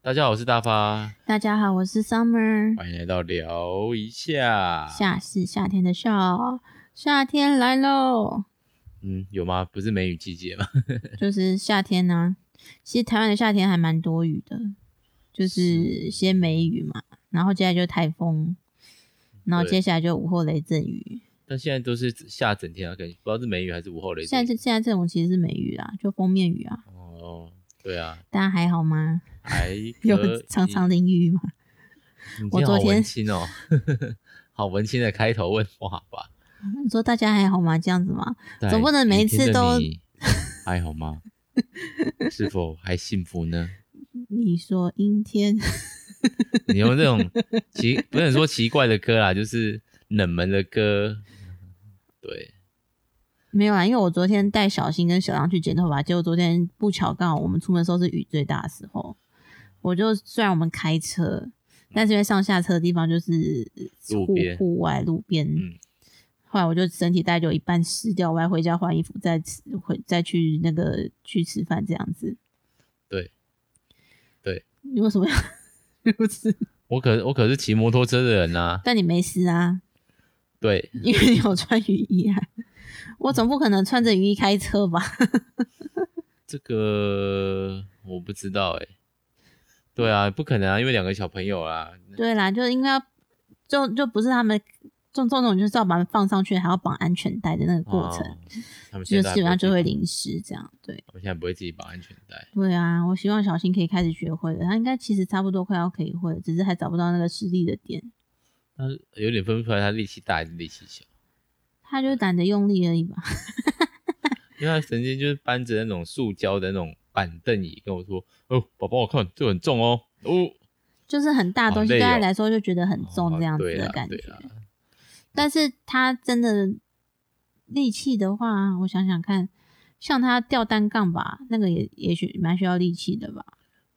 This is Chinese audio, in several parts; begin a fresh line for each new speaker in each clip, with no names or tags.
大家好，我是大发，
大家好，我是 Summer，
欢迎来到聊一下。
夏是夏天的夏，夏天来 喽，
嗯，有吗？不是梅雨季节吗？
就是夏天呢、其实台湾的夏天还蛮多雨的，就是先梅雨嘛，然后接下来就台风，然后
对
接下来就午后雷阵雨。
但
但
现在都是下整天啊，感觉不知道是梅雨还是午后雷阵
现
雨。
在这现在这种其实是梅雨啦，就封面雨啊，
哦，对啊，
大家还好吗？
还
有
可以
常常淋雨吗？
你
我
今天
昨
好文
天
青哦， 好文青的开头问话吧。
你说大家还好吗？这样子吗？
在
总不能每一
明天
次
的
都
你 还好吗？是否还幸福呢？
你说阴天，
你用 这种奇，不能说奇怪的歌啦，就是冷门的歌。对，
没有啊，因为我昨天带小新跟小杨去剪头发，结果昨天不巧刚好我们出门的时候是雨最大的时候，我就虽然我们开车，但是因为上下车的地方就是
路
户
边
户外路边，
嗯
后来我就身体大概就一半湿掉，我要回家换衣服，再吃回再去那个去吃饭这样子。
对，对，
你为什么要 如此？
我可我可是骑摩托车的人呐、
但你没湿啊，
对，
因为你有穿雨衣啊。我总不可能穿着雨衣开车吧？
这个我不知道哎、对啊，不可能啊，因为两个小朋友啊，
对啦，就应该就就不是他们重重点，就是要把他们放上去，还要绑安全带的那个过程，
哦他们
就
现
是
在
基本上就会
领，
淋湿这样。对
他们现在不会自己绑安全带。
对啊，我希望小新可以开始学会了，他应该其实差不多快要可以会了，只是还找不到那个实力的点，
他有点分不出来，他力气大还是力气小，
他就懒得用力而已吧。
因为他曾经就是搬着那种塑胶的那种板凳椅跟我说：“哦，宝宝，我看这很重哦。”哦，
就是很大的东西，
好累
对
哦
他来说就觉得很重这样子
对
的
啦
感觉
对。啊啦
但是他真的力气的话，我想想看，像他吊单杠吧，那个也也许蛮需要力气的吧。。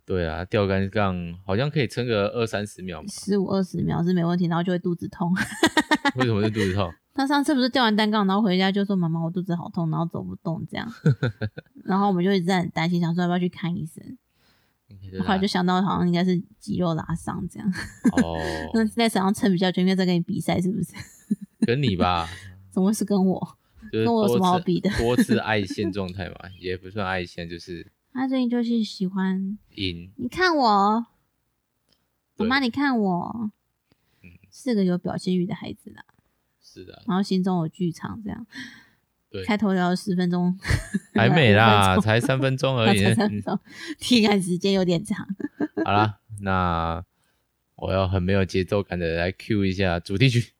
对啊，吊杆杠好像可以撑个二三十秒嘛
十五二十秒是没问题，然后就会肚子痛。
为什么是肚子痛？
他上次不是吊完单杠，然后回家就说：“妈妈，我肚子好痛，然后走不动 这样。”然后我们就一直在很担心，想说要不要去看医生。
对
后来
啦
就想到好像应该是肌肉拉伤这样。
哦，
那在手上撑比较久，因为在跟你比赛是不是？
跟你吧，
怎么会是跟我？
就是
跟我有
多
什么好
次
比的
多 次爱线状态嘛，也不算爱线，就是
他最近就是喜欢
赢。
你看我，妈
对
妈你看我
嗯，
是个有表现欲的孩子啦。
是的，
然后心中有剧场这样。
对
开头聊了十分钟，
还美
五分
啦，
钟
才三分钟而
那
已。
才三分
嗯
钟，体感时间有点长。
好啦，那我要很没有节奏感的来 Q 一下主题曲。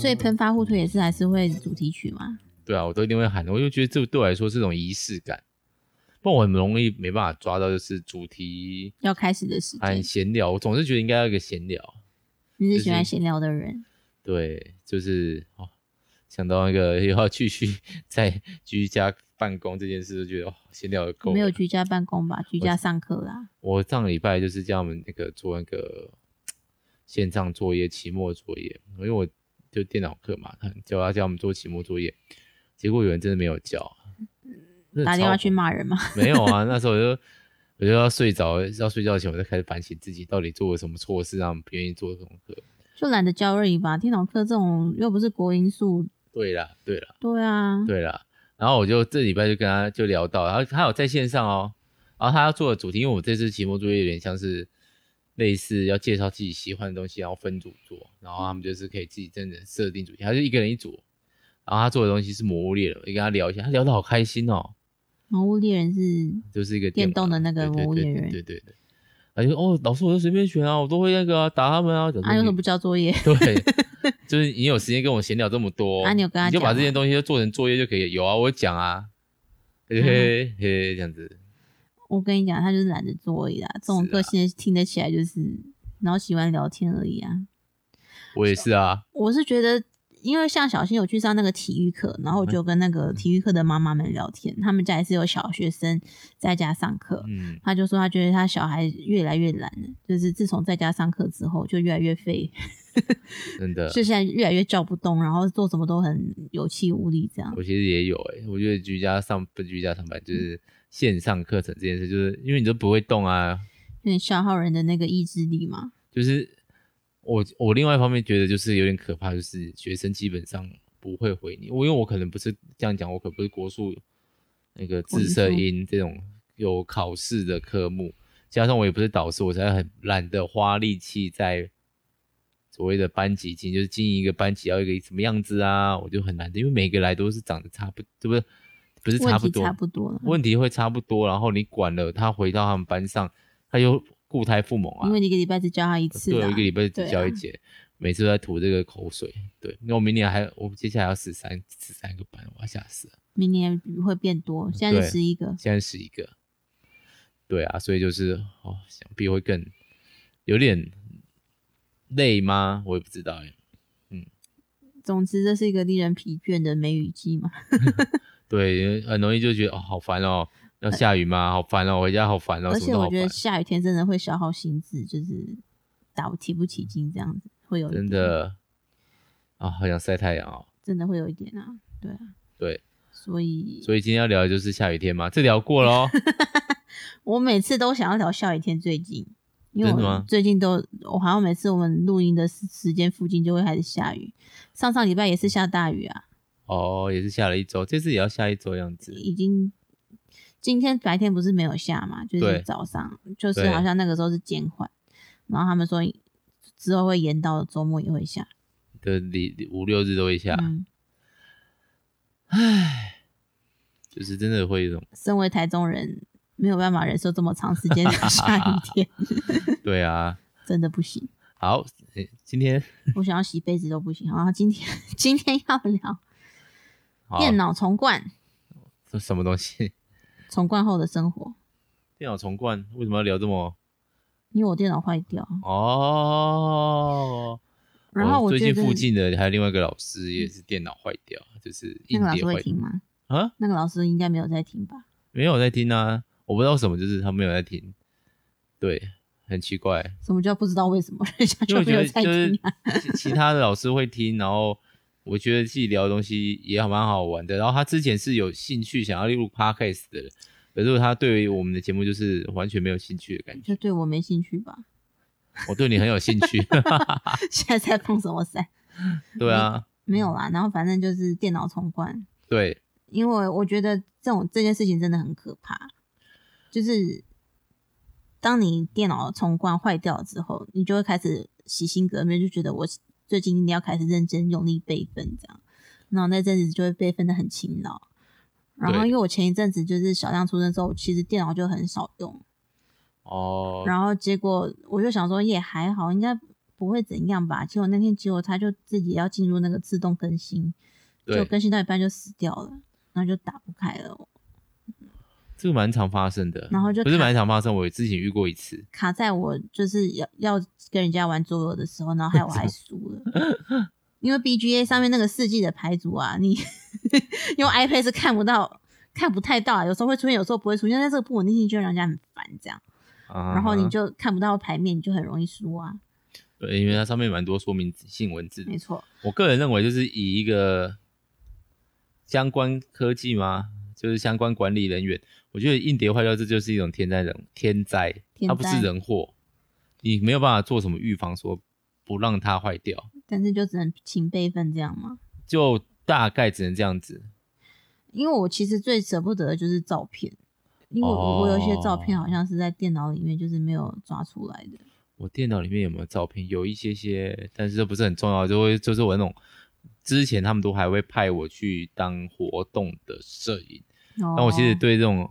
所以喷发护腿也是还是会主题曲嘛？
对啊，我都一定会喊的，我就觉得这对我来说是种仪式感。不然我很容易没办法抓到，就是主题
要开始的时
和
间，
闲聊，我总哎是觉得应该要一个闲聊。
你
就是
是喜欢闲聊的人，
对，就是哦，想到那个 又要继续在居家办公这件事，就觉得哦，闲聊得够了。
没有居家办公吧？居家上课啦，
我上礼拜就是叫他们那个做那个线上作业、期末作业，因为我就电脑课嘛，看叫他叫我们做期末作业，结果有人真的没有叫，真的
嗯打电话
超
去骂人嘛？
没有啊，那时候我就我就要睡着，要睡觉前我就开始反省自己到底做了什么错事，让他们不愿意做这种课。
就懒得教而已吧。电脑课这种又不是国音数，
对啦，对啦，
对啊，
对啦。然后我就这礼拜就跟他就聊到，然后他有在线上哦，然后他要做的主题，因为我这次期末作业有点像是类似要介绍自己喜欢的东西，然后分组做，然后他们就是可以自己真的设定主题，他就一个人一组，然后他做的东西是《魔物猎人》，我就跟他聊一下，他聊得好开心哦，
《魔物猎人》是
就是一个
电
玩
动的那个
对对
魔物
对
猎人
对对对。他就哦，老师，我就随便选啊，我都会那个啊、打他们啊。我想说
啊，有什么
你
不交作业？
对， 就是你有时间跟我闲聊这么多，
啊你有跟他
就把
讲
这些
吗
东西都做成作业就可以。有啊，我有讲啊，嘿
嗯
嘿嘿嘿，这样子。
我跟你讲，他就是懒得做而已啦。这种
是啊
个性听得起来就是，然后喜欢聊天而已啊。
我也是啊，
我是觉得，因为像小新有去上那个体育课，然后
嗯
我就跟那个体育课的妈妈们聊天，他们家也是有小学生在家上课，
嗯，
他
嗯
就说他觉得他小孩越来越懒了，就是自从在家上课之后就越来越废，
真的。
是现在越来越叫不动，然后做什么都很有气无力这样。
我其实也有哎、我觉得居家上不居家上班就是线上课程这件事，就是因为你都不会动啊，
有点消耗人的那个意志力嘛。
就是我我另外一方面觉得就是有点可怕，就是学生基本上不会回你，我因为我可能不是这样讲，我可不是国术那个自设音这种有考试的科目，加上我也不是导师，我实在很懒得花力气在所谓的班级经营，就是经营一个班级要一个什么样子啊，我就很难的，因为每个来都是长得差不，对不对？不是差不
问题
多，
差不多了，
问题会差不多，然后你管了他回到他们班上，他又固态父母啊，
因为你一个礼拜只教他一次
对，
啦
我一个礼拜只
对
教一
啊
节，每次都在吐这个口水。对，那我明年还我接下来要十三十三个班，我要吓死了，
明年会变多，现在是
对
十一个。
现在十一个。对啊，所以就是哦，想必会更有点累吗？我也不知道哎。
总之，这是一个令人疲倦的梅雨季嘛。
对，因为很容易就觉得哦，好烦哦，要下雨吗？好烦哦，回家好烦哦，
呃而
什么
且
都
我
好
觉得
烦。
下雨天真的会消耗心智，就是打提不起劲这样子，会有一
嗯真
点
的啊、好想晒太阳哦。
真的会有一点啊，对啊，
对，
所以
所以今天要聊的就是下雨天吗？这聊过喽。
我每次都想要聊下雨天最近，因为
真的
我
吗
最近都我好像每次我们录音的时时间附近就会开始下雨，上上礼拜也是下大雨啊，
哦，也是下了一周，这次也要下一周样子。
已经今天白天不是没有下嘛，就是
对
早上就是
对
好像那个时候是减缓，然后他们说之后会延到周末也会下，
的礼五六日都会下，
嗯，
就是真的会有一种
身为台中人没有办法忍受这么长时间的 下雨天，
对啊。
真的不行，
好，诶今天
我想要洗被子都不行。然后今天 今天要聊
好
电脑重灌，
这什么东西？
重灌后的生活，
电脑重灌为什么要聊这么？
因为我电脑坏掉，
哦，
然后
我
我
最
觉
近
得
附近的还有另外一个老师也是电脑坏掉，就是
那
硬
个老
碟
师
坏
会听吗？
啊，
那个老师应该没有在听吧？
没有在听啊，我不知道为什么，就是他没有在听，对，很奇怪，
什么叫不知道为什么人家
因为我觉
就没有
得
在
就是
听啊？
其其他的老师会听，然后我觉得自己聊的东西也蛮好玩的。然后他之前是有兴趣想要录 podcast 的人，可是他对于我们的节目就是完全没有兴趣的感觉。
就对我没兴趣吧？
我对你很有兴趣，
现在在放什么塞？
对啊，
没有啦，然后反正就是电脑重灌，
对，
因为我觉得这种这件事情真的很可怕，就是当你电脑重灌坏掉之后，你就会开始洗心革面，就觉得我最近一定要开始认真用力备份这样，然后那阵子就会备份的很勤劳。然后
对
因为我前一阵子就是小亮出生之后，其实电脑就很少用，
哦，
然后结果我就想说也还好，应该不会怎样吧。结果那天结果他就自己要进入那个自动更新，就
对，
更新到一半就死掉了，然后就打不开了，
这个蛮常发生的，
然后就
不是
看
蛮常发生，我之前遇过一次，
卡在我就是要要跟人家玩桌游的时候，然后 还有我还输了。因为 BGA 上面那个世纪的牌组啊，你 用 iPad 是看不到、看不太到啊，有时候会出现，有时候不会出现。但这个不稳定性就让人家很烦，这样，
啊、
然后你就看不到牌面，你就很容易输啊。
对，因为它上面蛮多说明性文字的，
没错，
我个人认为，就是以一个相关科技吗？就是相关管理人员，我觉得硬碟坏掉，这就是一种天灾人天灾，
天灾
它不是人祸，你没有办法做什么预防，说不让它坏掉，
但是就只能请备份这样嘛。
就大概只能这样子。
因为我其实最舍不得的就是照片，因为我,、我有一些照
哦
片好像是在电脑里面就是没有抓出来的。
我电脑里面有没有照片？有一些些，但是这不是很重要，就会就是我那种之前他们都还会派我去当活动的摄影。
哦
那我其实对这种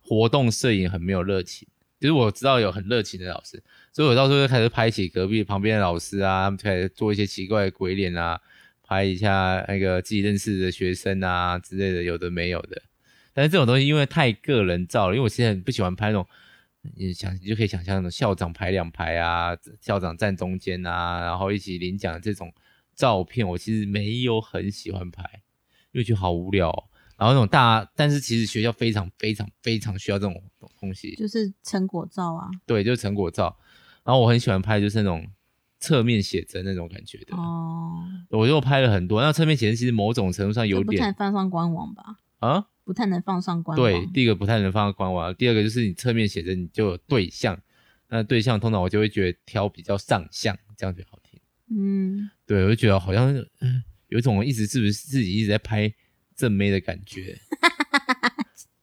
活动摄影很没有热情，就是我知道有很热情的老师，所以我到时候就开始拍起隔壁旁边的老师啊，他们就开始做一些奇怪的鬼脸啊，拍一下那个自己认识的学生啊之类的，有的没有的。但是这种东西因为太个人照了，因为我现在很不喜欢拍那种，你想你就可以想象那种校长排两排啊，校长站中间啊，然后一起领奖这种照片，我其实没有很喜欢拍，因为觉得好无聊、哦。然后那种大，但是其实学校非常非常非常需要这种东西，
就是成果照啊，
对，就是成果照。然后我很喜欢拍就是那种侧面写真那种感觉的。
哦，
我就拍了很多，那侧面写真其实某种程度上有
这不太
点
能放上官网吧？
啊，
不太能放上官网。
对，第一个不太能放到官网，第二个就是你侧面写真你就有对象，那对象通常我就会觉得挑比较上相，这样就好听。
嗯，
对，我就觉得好像嗯有一种一直是不是自己一直在拍正妹的感 觉，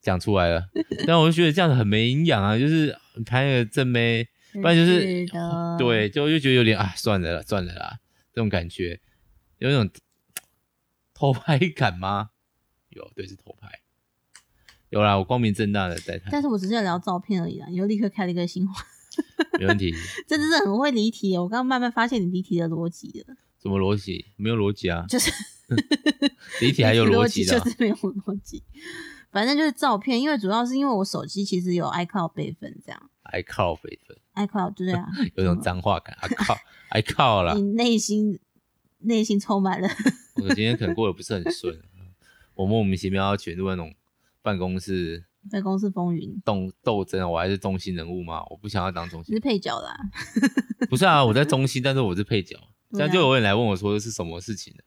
讲出来了，但我就觉得这样子很没营养啊，就是拍那个正妹，不然就是
是的，
对，就就觉得有点啊，算了啦，算了啦，这种感觉，有一种偷拍感吗？有，对，是偷拍。有啦，我光明正大的在看，
但是我只是要聊照片而已啦，你就立刻开了一个新话，
没问题。
这真的很会离题耶。我刚刚慢慢发现你离题的逻辑了，
什么逻辑？没有逻辑啊，
就是
离题还有逻
逻
辑的啊
就。是没有逻辑。反正就是照片，因为主要是因为我手机其实有 iCloud 备份，这样
还靠肥粉，
iCloud 对啊，
有种脏话感。啊 靠，还靠啦
你。内心内心充满了
我今天可能过得不是很顺，嗯我莫名其妙要卷入那种办公室
在公司风云，
斗斗争，我还是中心人物嘛，我不想要当中
你
心
是。配角啦，
不是啊，我在中心，但是我是配角，这
对啊
样就有人来问我说是什么事情呢、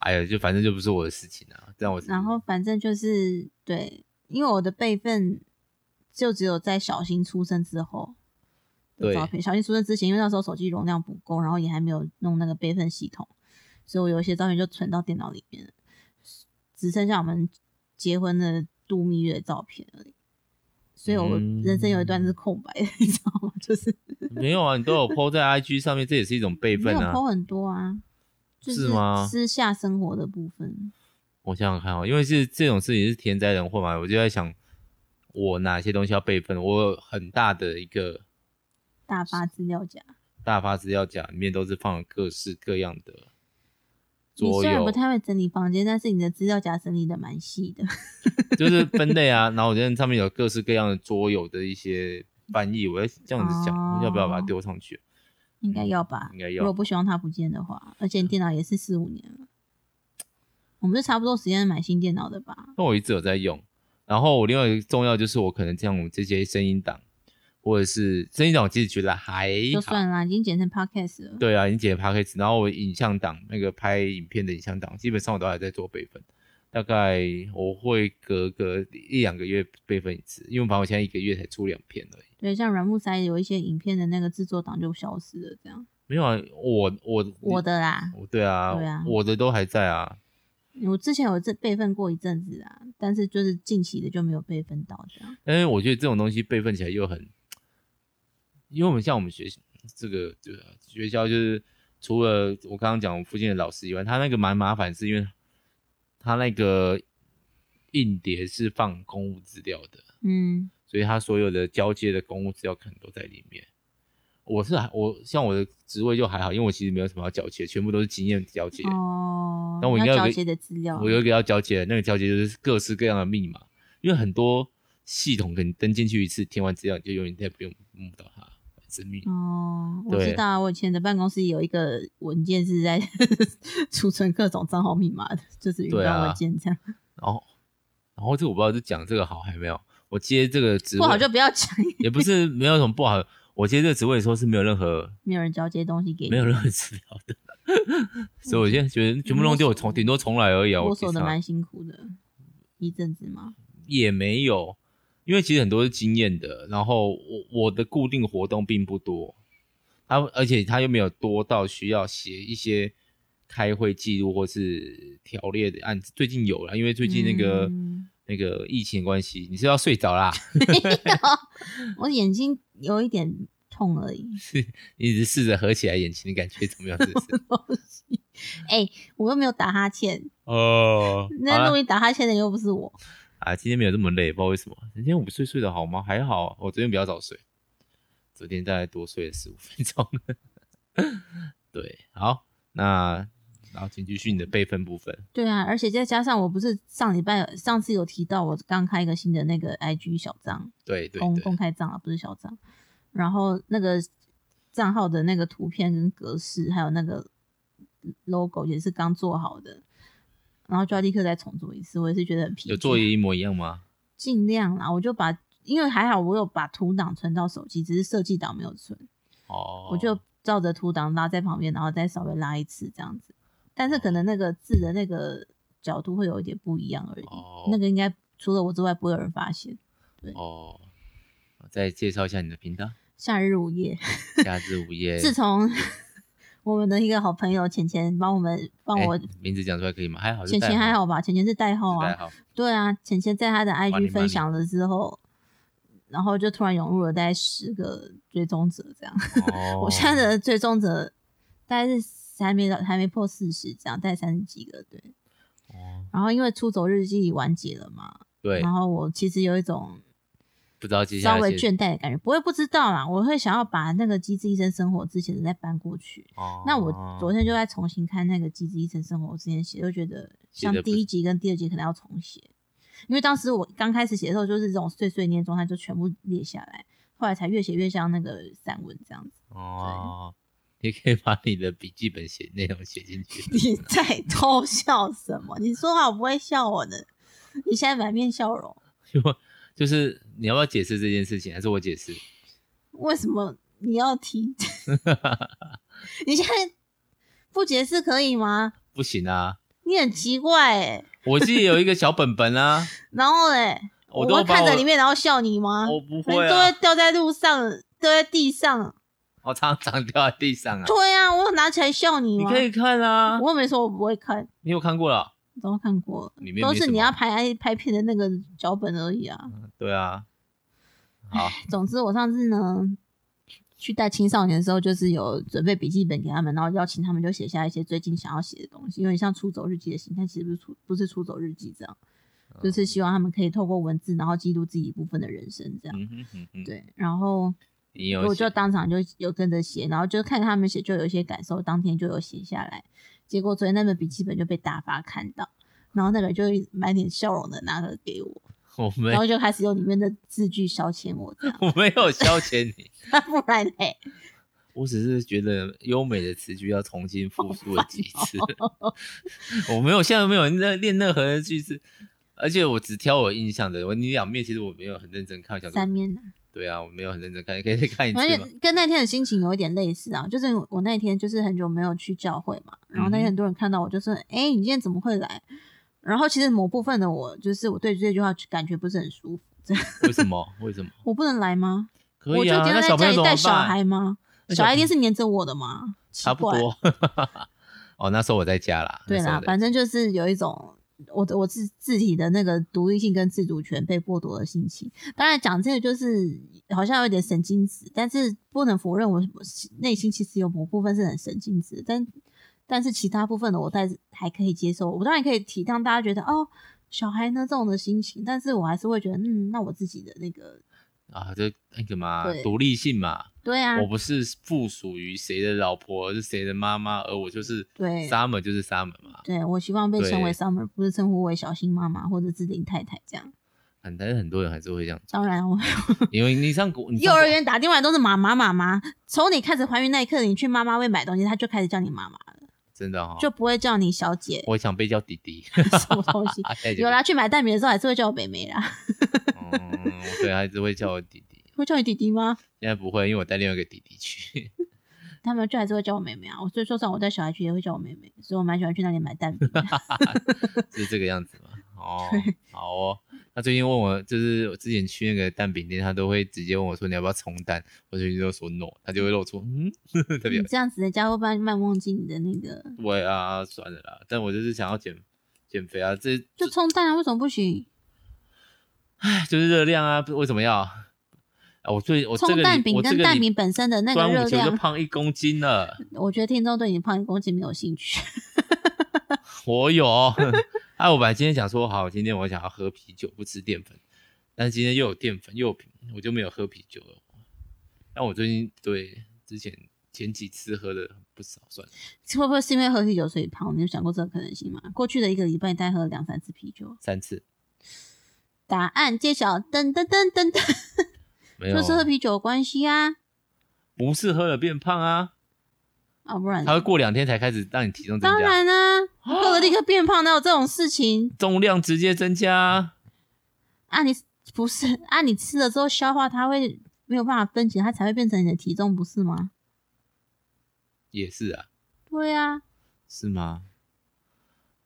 哎呀，就反正就不是我的事情啊，这样我
然后反正就是对，因为我的备份就只有在小新出生之后的
对
照片。小新出生之前，因为那时候手机容量不够，然后也还没有弄那个备份系统，所以我有一些照片就存到电脑里面了，只剩下我们结婚的度蜜月的照片而已。所以我
嗯
人生有一段是空白的，你知道吗？就是
没有啊，你都有 PO 在 IG 上面，这也是一种备
没
份
有
啊。
抛很多啊，就是
吗
私下生活的部分，
我想想看哦，因为是这种事情是天灾人祸嘛，我就在想我哪些东西要备份，我有很大的一个
大发资料夹。
大发资料夹，里面都是放了各式各样的
你
桌
虽然
游
不，太会整理房间，但是你的资料夹整理的蛮细的。
就是分类啊，然后我觉得上面有各式各样的桌游的一些翻译，我要这样子想，
哦
要不要把它丢上去？
应该要吧，
嗯应该要嗯
如果不希望它不见的话，而且你电脑也是四五年了，我们是差不多时间买新电脑的吧？
那我一直有在用。然后我另外一个重要就是我可能像我们这些声音档，或者是声音档，我其实觉得还
就
好。
算啦，已经剪成 podcast 了。
对啊，已经剪 p a c k a g e 然后我影像档那个拍影片的影像档，基本上我都还在做备份，大概我会隔个一两个月备份一次，因为反正我现在一个月才出两片而已。
对，像软木塞有一些影片的那个制作档就消失了，这样。
没有啊，我我
我的啦，
我对啊，
对啊
我的都还在啊。
我之前有这备份过一阵子啊，但是就是近期的就没有备份到这样。
但是我觉得这种东西备份起来又很，因为我们像我们学这个对啊，学校就是除了我刚刚讲我附近的老师以外，他那个蛮麻烦，是因为他那个硬碟是放公务资料的，
嗯，
所以他所有的交接的公务资料可能都在里面。我是还我像我的职位就还好，因为我其实没有什么要交接，全部都是经验交接。
哦，
那我应该有
要交
个
接的资料啊，
我有一个要交接的，那个交接就是各式各样的密码，因为很多系统可能登进去一次，填完资料你就永远再不用摸到它，很神秘。
哦，我
对
知道啊，我以前的办公室有一个文件是在 储存各种账号密码的，就是云
对啊
端文件这样。
然后，哦然后这我不知道是讲这个好还没有，我接这个职位
不好就不要讲，
也不是没有什么不好，我接这个职位的时候是没有任何
没有人交接东西给你，
没有任何资料的， 所以我现在觉得全部弄丢，我重顶多重来而已啊，
嗯摸
我
索
平
的
常
蛮辛苦的，一阵子 嘛。
也没有，因为其实很多是经验的，然后我我的固定活动并不多，他而且他又没有多到需要写一些开会记录或是条列的案子。最近有了，因为最近那个、
嗯
那个疫情的关系，你是要睡着啦，
我眼睛有一点痛而已，
一直试着合起来眼睛的感觉怎么样？是 不是？
哎、我又没有打哈欠，
哦，好
那录
啦
音打哈欠的又不是我，
啊，今天没有这么累，不知道为什么。今天午睡睡得好吗？还好，我昨天比较早睡，昨天大概多睡了十五分钟。 对，好，那然后请继续你的备份部分。
对啊，而且再加上我不是上礼拜上次有提到我刚开一个新的那个 IG 小账，
对对
公
对
公，开账啊，不是小账。然后那个账号的那个图片跟格式，还有那个 logo 也是刚做好的，然后就要立刻再重做一次。我也是觉得很疲倦。
有作业一模一样吗？
尽量啦，我就把，因为还好我有把图档存到手机，只是设计档没有存，
哦，
我就照着图档拉在旁边，然后再稍微拉一次这样子。但是
哦
可能那个字的那个角度会有一点不一样而已。
哦
那个应该除了我之外不会有人发现。
哦，再介绍一下你的频 道，
夏日午夜，
夏至午夜。哎
自从 我们的一个好朋友浅浅帮我们帮
哎
我，
名字讲出来可以吗？还好，
浅浅还，好吧？浅浅是代号啊
还，好。
对啊，浅浅在他的
管理
IG
管
分
理
享了之后，然后就突然涌入了大概十个追踪者这样。
哦，
我现在的追踪者大概是还没到，还没破四十这样，大概三十几个对。
哦
然后因为《出走日记》完结了嘛，
对，
然后我其实有一种
不知道接下
嗯稍
来
微
写
倦怠的感觉，不会不知道啦，我会想要把那个《机智医生生活》之前的再搬过去。
哦
那我昨天就在重新看那个《机智医生生活》，我之前写就觉得
写
像
得不
第一集跟第二集可能要重写，因为当时我刚开始写的时候就是这种碎碎念状态，就全部列下来，后来才越写越像那个散文这样子。
哦， 你可以把你的笔记本写内容写进去。
你在偷笑什么？你说好不会笑我的，你现在满面笑容，
就就是你要不要解释这件事情，还是我解释？
为什么你要提？ 你现在不解释可以吗？
不行啊，
你很奇怪哎、
我自己有一个小本本 啊，
然后嘞，我
都
会
把
看
我
着里，面然后笑你吗？
我不
人
会
都会
啊，
掉在路上，掉在地上。
我常常掉在地上啊。
对啊，我有拿起来笑你
你
吗？
可以看啊，
我又没说我不会看，
你有看过了？
都看过了
里面
都
没
是
什
你
么啊
要拍拍片的那个脚本而已啊。
对啊，好，
总之，我上次呢去带青少年的时候，就是有准备笔记本给他们，然后邀请他们就写下一些最近想要写的东西，有点像出走日记的形态，其实不是出不是出走日记这样，
嗯
就是希望他们可以透过文字，然后记录自己一部分的人生这样。
嗯哼哼哼，
对，然后
你有
我
写
就当场就有跟着写，然后就看他们写，就有一些感受，当天就有写下来。结果昨天那本笔记本就被大发看到，然后那个人就满脸笑容的拿了给我，
我没，
然后就开始用里面的字句消遣我这样
我没有消遣你，
不然嘞，
我只是觉得优美的词句要重新复述了几
哦
次。 我没有，现在没有那练任何的句子，而且我只挑我印象的。我你两面其实我没有很认真看，我想
三
说
面呢，
对啊，我没有很认真看，你可以再看一
而
次
且
吗？
跟那天的心情有一点类似啊，就是我那天就是很久没有去教会嘛，然后
嗯
那天
哼
很多人看到我就说：“哎、你今天怎么会来？”然后其实某部分的我，就是我对这句话感觉不是很舒服，这样
为什么？为 什么？
我不能来吗？
可
我
以
就
啊，
天
那
在
小朋友
家里
怎
带
么
小孩
办？
吗？
那
小
小
孩一定是黏着我的嘛，奇
差不
怪。
多。哦，那时候我在家啦。
对
那时候
啦
我，在
反正就是有一种我的我自自己的那个独立性跟自主权被剥夺的心情。当然讲这个就是好像有点神经质，但是不能否认我我内心其实有某部分是很神经质，但但是其他部分的我在还可以接受。我当然可以体谅大家觉得哦。小孩呢这种的心情，但是我还是会觉得，嗯，那我自己的那个，
啊，这那个嘛
对，
独立性嘛，
对啊，
我不是附属于谁的老婆，而是谁的妈妈，而我就是
对
summer 就是 summer 嘛。
对我希望被称为
对
Summer，不是称呼为小新妈妈或者志玲太太这样。，
很但是很多人还是会这样
当然，我
因为你上 国你上
幼
国
儿园打电话都是妈妈妈妈，从你开始怀孕那一刻，你去妈妈会买东西，她就开始叫你妈妈
哦
了，
真的哈、
就不会叫你小姐
我想被叫弟 弟，
什么东 西。有啦，去买蛋饼的时候还是会叫我妹妹啦，
嗯，对，还是会叫我弟弟。
会叫你弟弟吗？
现在不会，因为我带另外一个弟弟去。
他们就还是会叫我妹妹啊。我所以说算我带小孩去也会叫我妹妹，所以我蛮喜欢去那里买蛋饼的。
是这个样子吗？哦，好哦。他最近问我，就是我之前去那个蛋饼店，他都会直接问我说你要不要冲蛋，我最近都说 no，他就会露出嗯 特别
你 这样子，人家会慢慢忘记你的那个，
对啊，算了啦。但我就是想要减减肥啊，这
就冲蛋啊，为什么不行？
唉就是热量啊，不为什么要？啊，我最我这个
冲
礼
蛋饼
我这
跟
个
蛋
礼
饼本身的那个
端
热
午节我就
量，
胖一公斤了。
我觉得听众对你胖一公斤没有兴趣。
我有， 哎、我本来今天想说，好，今天我想要喝啤酒，不吃淀粉，但是今天又有淀粉，又有啤我就没有喝啤酒了。但我最近对之前前几次喝的不少，算了
会不会是因为喝啤酒所以胖？你有想过这个可能性吗？过去的一个礼拜，大概喝了两三次啤酒。
三次，
答案揭晓，噔噔噔噔噔，
没有，
就是喝啤酒的关系啊，
不是喝了变胖啊，
啊不然
它会过两天才开始让你体重增
当
加，
然啊，喝了立刻变胖，哪有这种事情
重量直接增加啊。
啊？你不是啊？你吃了之后消化，它会没有办法分解，它才会变成你的体重，不是吗？
也是啊，
对啊，
是吗？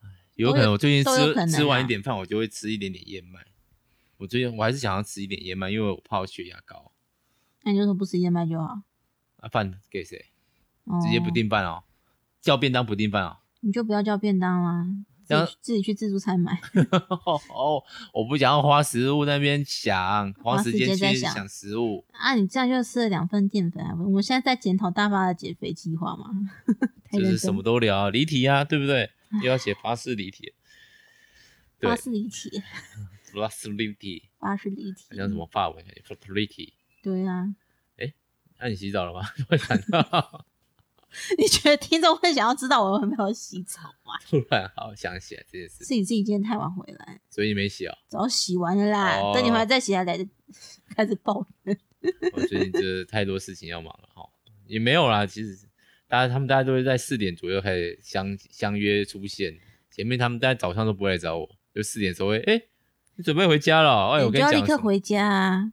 唉有可能我最近
都有可
吃
能啊
吃完一点饭，我就会吃一点点燕麦。我最近我还是想要吃一点燕麦，因为我怕我血压高。
那你就说不吃燕麦就好，
啊，饭给谁？
哦
直接不，订饭哦，叫便当不订饭哦。
你就不要叫便当啦，自
然后
己去自己去自助餐买。
哦，我不想要花食物那边想，花
花
时
时
间
间在
去
想
想食物。
啊，你这样就吃了两份淀粉啊！我们现在在检讨大发的减肥计划嘛，太
就是
认
什
真
么
了，
都聊，离题啊，对不对？又要写巴士离题，对
八，十离题，
巴士离题，
八十离题
好，像什么法文感觉 f r i t y
对啊，
那你洗澡了吗？突然想到，
你觉得听众会想要知道我有没有洗澡吗？
突然好想起来这件事，
是你自己今天太晚回来，
所以你没洗哦。
早洗完了啦，
哦
等你回来再洗还来 得开始抱怨。
我最近 就是太多事情要忙了哈，也没有啦。其实大家他们大家都会在四点左右开始相相约出现，前面他们大家早上都不会来找我，就四点的时候会哎、你准备回家了哦？哎、我
你
跟
就要
讲什
立刻
么
回家啊！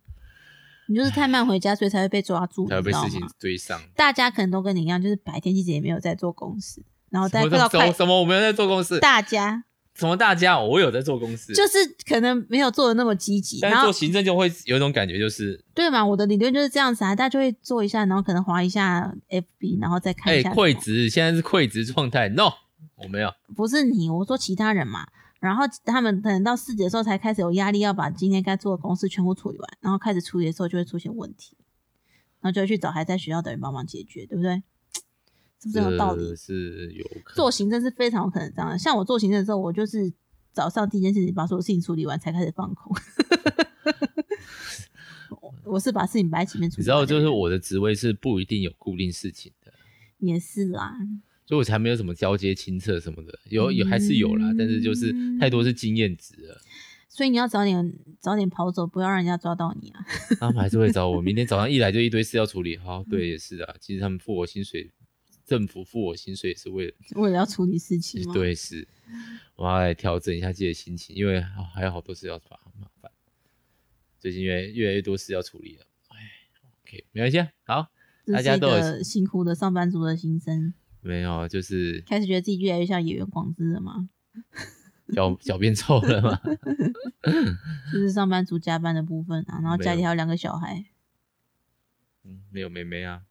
你就是太慢回家，所以才会被抓住，
才会
你
被
知道
事情
吗？
追上。
大家可能都跟你一样，就是白天其实也没有在做公事，然后
什
在
么
快到
什么
快
什么？我没有在做公司，
大家
什么大家哦我有在做公司，
就是可能没有做的那么积极，
但
然
是
后
做行政就会有一种感觉，就是
对嘛？我的理论就是这样子啊，大家就会做一下，然后可能划一下 FB，然后再看
哎
一下。
愧职，现在是愧职状态。No，我没有，
不是你，我说其他人嘛。然后他们可能到四级的时候才开始有压力，要把今天该做的公事全部处理完，然后开始处理的时候就会出现问题，然后就会去找还在学校的人帮忙解决，对不对？是不是很有道理
这？是有可能
做行政是非常有可能这样的。像我做行政的时候，我就是早上第一件事情把所有事情处理完，才开始放 空。我我是把事情摆在前面处理
你
完
知道，
的人，
就是我的职位是不一定有固定事情的。
也是啦，
所以我才没有什么交接亲测什么的，有有还是有啦，但是就是太多是经验值了，
所以你要早点早点跑走，不要让人家抓到你啊！
他们还是会找我。明天早上一来就一堆事要处理，好，对，也是的。其实他们付我薪水，政府付我薪水也是为了，
为了要处理事情嘛。，
对，是，我要来调整一下自己的心情，因为啊还有好多事要烦，麻烦。最近越来越来越多事要处理了，哎，OK，没关系啊，好，
这
大家
是一
都有
个辛苦的上班族的心声，
没有，啊就是
开始觉得自己越来越像演员广志了嘛，
脚脚变臭了嘛。
就是上班族加班的部分啊，然后家
没
里
有
还有两个小孩，
嗯，没有妹妹啊，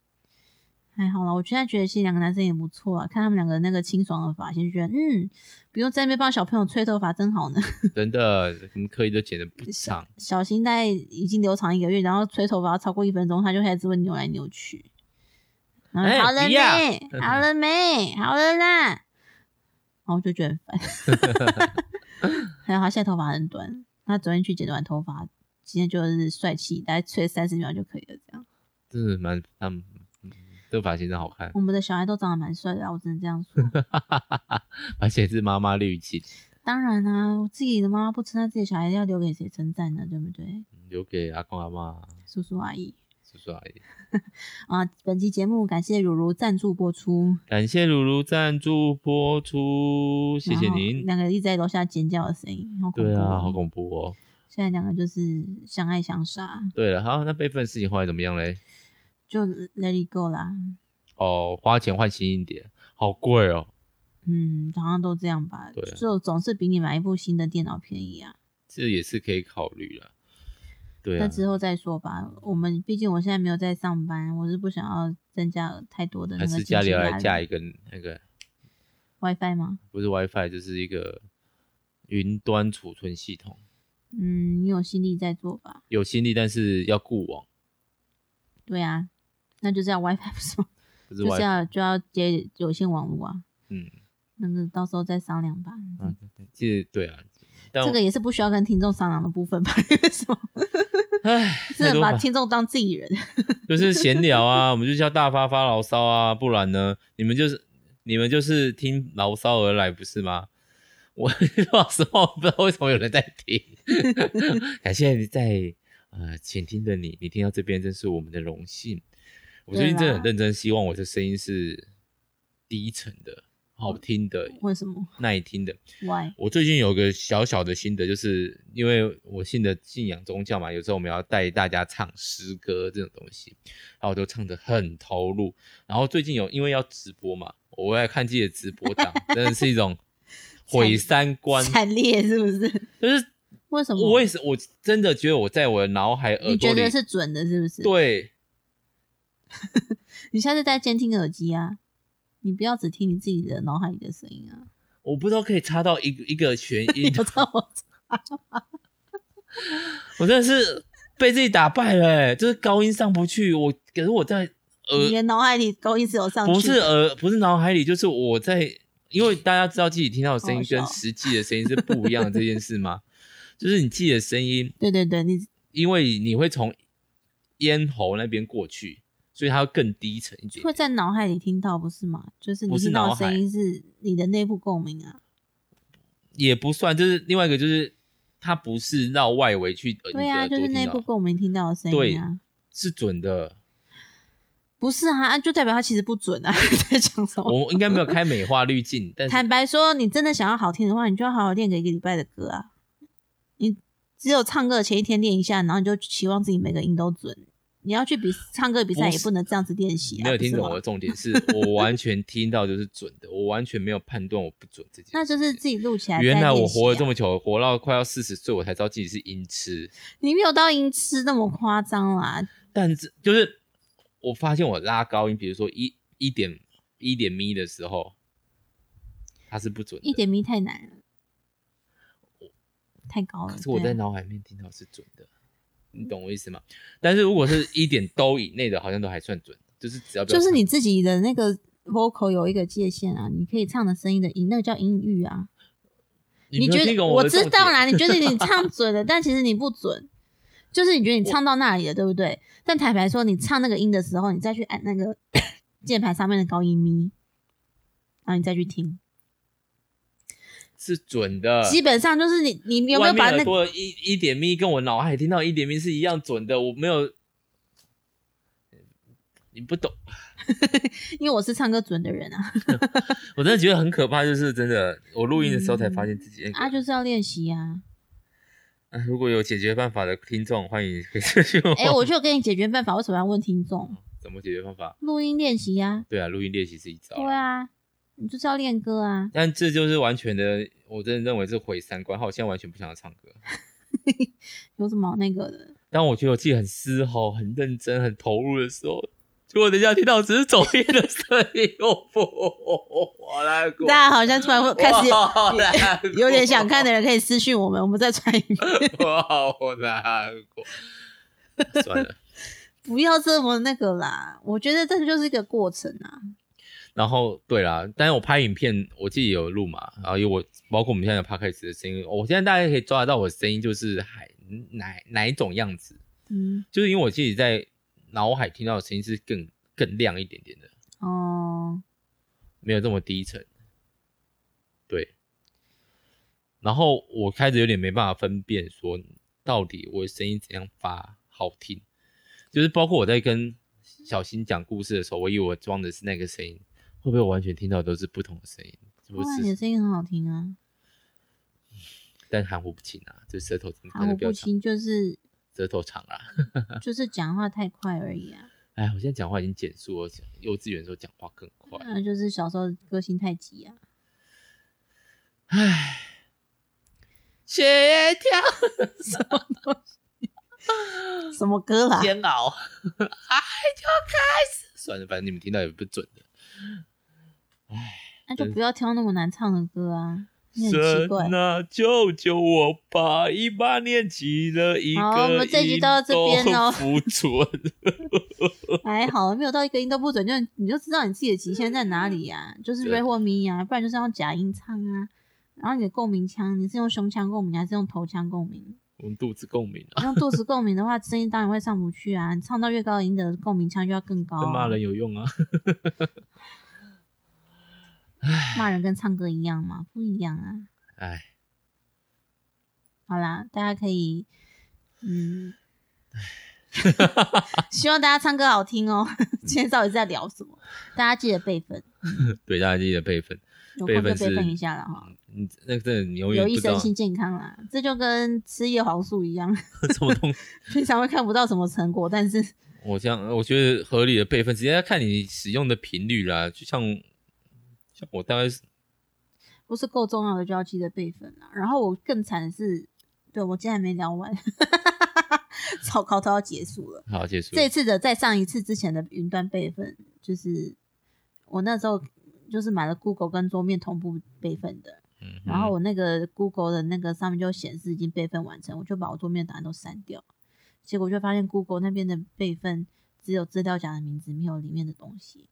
还好啦。我现在觉得其实两个男生也不错啊，看他们两个那个清爽的发型，就觉得嗯，不用在那边帮小朋友吹头发，真好呢。
真的，我们刻意都剪得不长。
小新大概已经留长一个月，然后吹头发要超过一分钟，他就开始会扭来扭去。然后
哎
好了
不要
没？好了没？好了啦。然后我就觉得很烦。 还有他现在头发很短，他昨天去剪短头发，今天就是帅气，大概吹三十秒就可以了。这样，
真的蛮他们嗯这个发型真好看，
我们的小孩都长得蛮帅的啊，我只能这样说。
而且是妈妈滤镜，
当然啊，我自己的妈妈不称赞自己的小孩，要留给谁称赞呢？对不对？
留给阿公阿妈、
叔叔阿姨
叔叔阿姨。
啊，本期节目感谢如如赞助播出。
感谢鲁鲁赞助播出，谢谢
然后
您。
两个一直在楼下尖叫的声音，好恐怖、
对啊，好恐怖哦。
现在两个就是相爱相杀，
对了，好，那备份事情后来怎么样嘞？
就 let it go 啦。
哦，花钱换新一点，好贵哦。
嗯，好像都这样吧
对啊，
就总是比你买一部新的电脑便宜啊。
这也是可以考虑了。对
那
啊，
之后再说吧。我们毕竟我现在没有在上班，我是不想要增加太多的那
还
个
是
经
家里
济
要
压
来
力
架一个那个
WiFi 吗？
不是 WiFi，就是一个云端储存系统，
嗯，你有心力在做吧？
有心力，但是要固网，
对啊，那就是要 WiFi 不是吗？
不是
就是
WiFi。
要就要接有线网络啊。
嗯
那个到时候再商量吧。
嗯，这对啊，但
这个也是不需要跟听众商量的部分吧？ 因为什么？
唉，太
真的
多
把
吧，
听众当自己人，
就是闲聊啊，我们就是要大发发牢骚啊，不然呢，你们就是你们就是听牢骚而来，不是吗？我 老实话，我不知道为什么有人在听， 感谢你在呃倾听的你，你听到这边真是我们的荣幸。我最近真的很认真，希望我的声音是低沉的，好听的、
为什么
耐听的。
？Why？
我最近有个小小的心得，就是因为我信的信仰宗教嘛，有时候我们要带大家唱诗歌这种东西，然后我就唱得很投入。然后最近有因为要直播嘛，我来看自己的直播档，真的是一 种毁三观，
惨烈是不是？
就是
为什么？
我也是，我真的觉得我在我的脑海耳
你
朵
觉
里
得，是准的，是不是？
对，
你下次戴监听耳机啊，你不要只听你自己的脑海里的声 音啊。
我不知道可以插到一个一个全音，
有道我
我真的是被自己打败了、欸，就是高音上不去，我可是我在耳
你的脑海里高音是有上去，
呃不是呃，不是脑海里，就是我在，因为大家知道自己听到的声音
好
跟
好笑
实际的声音是不一样的这件事吗？ 就是你自己的声音，
对对对，你
因为你会从咽喉那边过去，所以它会更低沉一点
会。在脑海里听到，不是吗？就是你
不是
听到
脑
的
海
声音是你的内部共鸣啊。
也不算，就是另外一个就是它不是绕外围去，呃
对
你的
啊，
耳朵
就是
听
内
到
部共鸣听到的声
对
音啊。
是准的。
不是啊，就代表它其实不准啊！ 在讲什么？
我应该没有开美化滤镜， 但是
坦白说，你真的想要好听的话，你就要好好练个一个礼拜的歌啊。你只有唱歌的前一天练一下，然后你就期望自己每个音都准。你要去比唱歌比赛，
不是
也不能这样子练习啊。
没有听
不是
懂
吗
我的重点是，我完全听到就是准的，我完全没有判断我不准这件事。
那就是自己录起来、再
原来我
练习啊
活了这么久，活到快要四十岁，我才知道自己是音痴。
你没有到音痴那么夸张啦，
但是就是我发现我拉高音，比如说一一点一点咪的时候，它是不准的。
一点咪太难了，太高了。
可是我
对
在
啊
脑海里面听到是准的，你懂我意思吗？但是如果是一点哆以内的，好像都还算准，就是只要不要
就是
唱
你自己的那个 vocal 有一个界限啊，你可以唱的声音的音，那个叫音域啊。
你没有
觉
听
得
懂我的
知
重
道
点
啦，你觉得 你唱准了，但其实你不准，就是你觉得你唱到那里了，对不对？但坦白说，你唱那个音的时候，你再去按那个 键盘上面的高音咪，然后你再去听，
是准的。
基本上就是你你你有没
呃外
有
面
把那
耳朵的一一点咪跟我脑海听到一点咪是一样准的？我没有，你不懂。
因为我是唱歌准的人啊，
我真的觉得很可怕，就是真的，我录音的时候才发现自己那个、
啊就是要练习啊。
啊如果有解决办法的听众，欢迎可以私信我。
哎、我就有给你解决办法，为什么要问听众？
怎么解决方法？
录音练习呀，
对啊，录音练习是一招。
对啊，你就是要练歌啊。
但这就是完全的，我真的认为是毁三观。好，现在完全不想要唱歌，
有什么好那个的？
但我觉得我自己很嘶吼、很认真、很投入的时候，结果人家听到只是走音的声音，我不，我来过，
大家好像突然会开 始有
我难过
有点想看的人可以私讯我们，我们再传一遍。
我好难过。 算了，
不要这么那个啦，我觉得这就是一个过程啊。
然后对啦，但是我拍影片，我自己也有录嘛，然后有我包括我们现在的 podcast 的声音，我现在大家可以抓得到我的声音就是海哪哪一种样子，
嗯，
就是因为我自己在脑海听到的声音是更更亮一点点的，
哦，
没有这么低沉。对，然后我开始有点没办法分辨说到底我的声音怎样发好听，就是包括我在跟小新讲故事的时候，我以为我装的是那个声音，会不会我完全听到都是不同的声音？不
哇，你的
是，
声音很好听啊，
但含糊不清啊，就舌头怎么
含
还是
糊
比较
不
长，
清，就是
舌头长啊。
就是讲话太快而已 啊。
哎，我现在讲话已经减速了，幼稚园的时候讲话更快。
那就是小时候个性太急啊。
唉，血液跳。
什么歌 啦？
煎熬， 哎，就开始。算了，反正你们听到也不准的。
那就不要挑那么难唱的歌啊，你很奇怪。
神啊，救救我吧！一八年级的一个
好我们这集到这边哦咯
音都不 准。
还好，没有到一个音都不准，就你就知道你自己的极限在哪里呀、就是
对
瑞或咪呀，不然就是用假音唱啊。然后你的共鸣腔，你是用胸腔共鸣还是用头腔共鸣？
我们肚子共鸣啊，
你用肚子共鸣的话，声音当然会上不去啊。你唱到越高音的共鸣腔就要更高、
跟
啊。
骂人有 用啊。
骂人跟唱歌一样吗？不一样啊。
哎，
好啦，大家可以，嗯，希望大家唱歌 好听哦。今天到底在聊什么？大家记得备份。
对大家记得备份。
有
备
空
份
就是备份一下了哈。
你那个真的你永远
有
不
益
知道
身心健康啦，这就跟吃叶黄素一样，
什么东西。
平常会看不到什么成果，但是
我想，我觉得合理的备份，直接要看你使用的频率啦。就像像我大概是
不是够重要的就要记得备份啦。然后我更惨的是，对我竟然没聊完， 草考都要结束了。
好结束，
这一次的在上一次之前的云端备份，就是我那时候就是买了 Google 跟桌面同步备份的，
嗯哼
然后我那个 Google 的那个上面就显示已经备份完成，我就把我桌面的档案都删掉，结果就发现 Google 那边的备份只有资料夹的名字，没有里面的东西。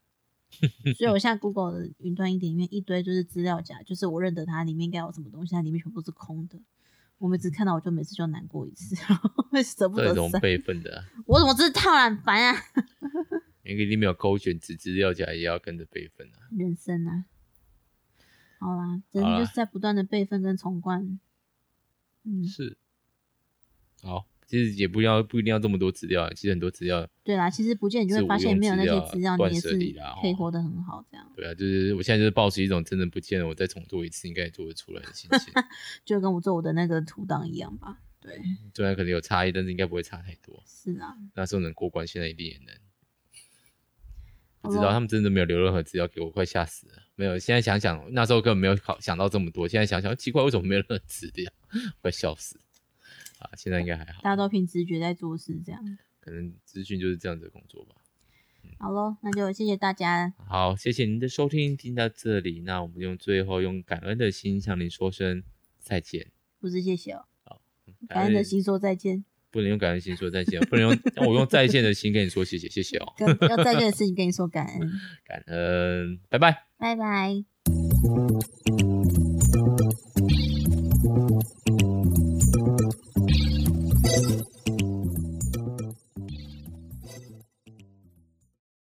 所以我现在 Google 的云端一点里面一堆就是资料夹，就是我认得它里面应该有什么东西，它里面全部是空的。我每次看到我就每次就难过一次， 然后会舍不
这
得
种
删。
备份的啊、
我怎么知道啊？很烦啊！
因为你没有勾选子资料夹，也要跟着备份啊。
人生啊。好啦，人
好啦
就是在不断的备份跟重灌。嗯，
是，好，其实也不要不一定要这么多资料啊，其实很多资料，
对啦，其实不见你就
自
会
我
发现
用
没有
资
那些
料啊
资料，你
断
也
舍
是
离啦哦
可以
吼
活得很好，这样
对啊，就是我现在就是抱持一种真的不见了，我再重做一次，应该也做得出来的心情。
就跟我做我的那个图档一样吧。对，
虽然可能有差异，但是应该不会差太多。
是啦，
那时候能过关，现在一定也能。
好
不知道
咯
他们真的没有留任何资料给我，快吓死了。没有，现在想想那时候根本没有考想到这么多，现在想想奇怪为什么没有任何资料， 快笑死。啊，现在应该还好
大，家都凭直觉在做事，这样。
可能资讯就是这样子的工作吧。
好喽，那就谢谢大家，
好，谢谢您的收听，听到这里，那我们用最后用感恩的心向您说声再见。哎
不是谢谢哦，感恩的心说再见，
不能用感恩心说再见，哦不能用我用再见的心跟你说谢谢，谢谢哦，
跟要再见的事情跟你说 感恩，
感恩，拜拜。
拜拜。